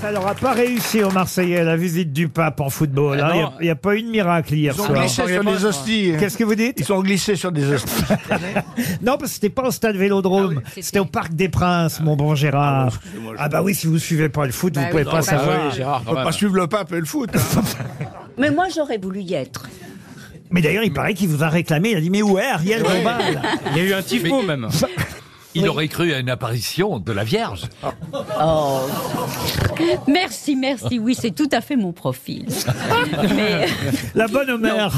Ça leur a pas réussi aux Marseillais, la visite du pape en football. Ah hein. Il n'y non. a- il n'y a, pas eu de miracle hier Ils ont soir. glissé sur des hosties. Qu'est-ce que vous dites Ils ont glissé sur des hosties. Non, parce que c'était pas au stade Vélodrome. c'était au Parc des Princes, mon bon Gérard. Ah, bah oui, si vous suivez pas le foot, Bah vous pouvez oui, pas bah savoir. oui, Gérard, On peut Ah, pas suivre le pape et le foot. Mais moi, j'aurais voulu y être. Mais d'ailleurs, il paraît qu'il vous a réclamé. Il a dit Mais où est Ariel Ouais. Dombal Il y a eu un typhon même. Il aurait cru à une apparition de la Vierge. Merci, merci. Oui, c'est tout à fait mon profil. Mais, La bonne Homère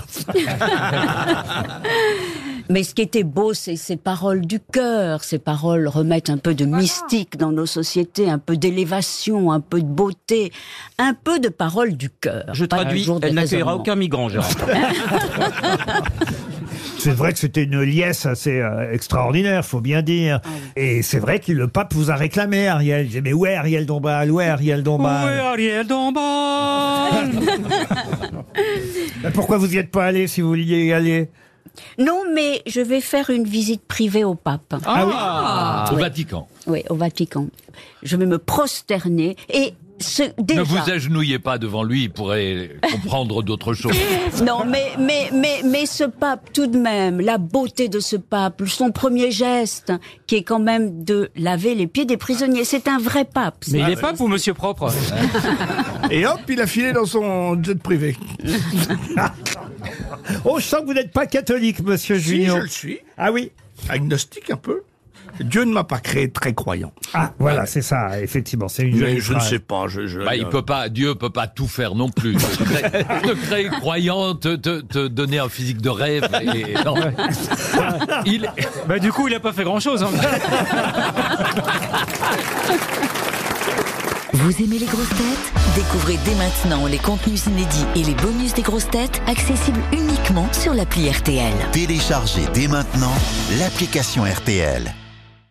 mais ce qui était beau, c'est ces paroles du cœur. Ces paroles remettent un peu de mystique dans nos sociétés, un peu d'élévation, un peu de beauté, un peu de paroles du cœur. Je Pas traduis, toujours des elle n'accueillera raisonnements. aucun migrant, Gérard. C'est vrai que c'était une liesse assez euh, extraordinaire, faut bien dire. Et c'est vrai que le pape vous a réclamé, Ariel. Il disait, mais où est Ariel Dombal Où est Ariel Dombal Ariel Ben, Pourquoi vous n'y êtes pas allé si vous vouliez y aller Non, mais je vais faire une visite privée au pape. Ah. Au Vatican. Oui, au Vatican. Je vais me prosterner et ce, déjà. Ne vous agenouillez pas devant lui, il pourrait comprendre d'autres choses. Non, mais, mais, mais, mais ce pape, tout de même, la beauté de ce pape, son premier geste, qui est quand même de laver les pieds des prisonniers, c'est un vrai pape. Ah, il est ouais. pape ou monsieur propre Et hop, il a filé dans son jet privé. Oh, je sens que vous n'êtes pas catholique, monsieur Si, je Junior. le suis. Ah oui Agnostique un peu. Dieu ne m'a pas créé très croyant. Ah, voilà, c'est ça, effectivement. C'est une jolie Mais je ne phrase. sais pas. Je, je- Bah, il peut pas, Dieu peut pas tout faire non plus. Te créer croyant, te, te- te donner un physique de rêve. Et, non. Il, Bah du coup, il a pas fait grand-chose. hein. Vous aimez les grosses têtes Découvrez dès maintenant les contenus inédits et les bonus des grosses têtes accessibles uniquement sur l'appli RTL. Téléchargez dès maintenant l'application RTL.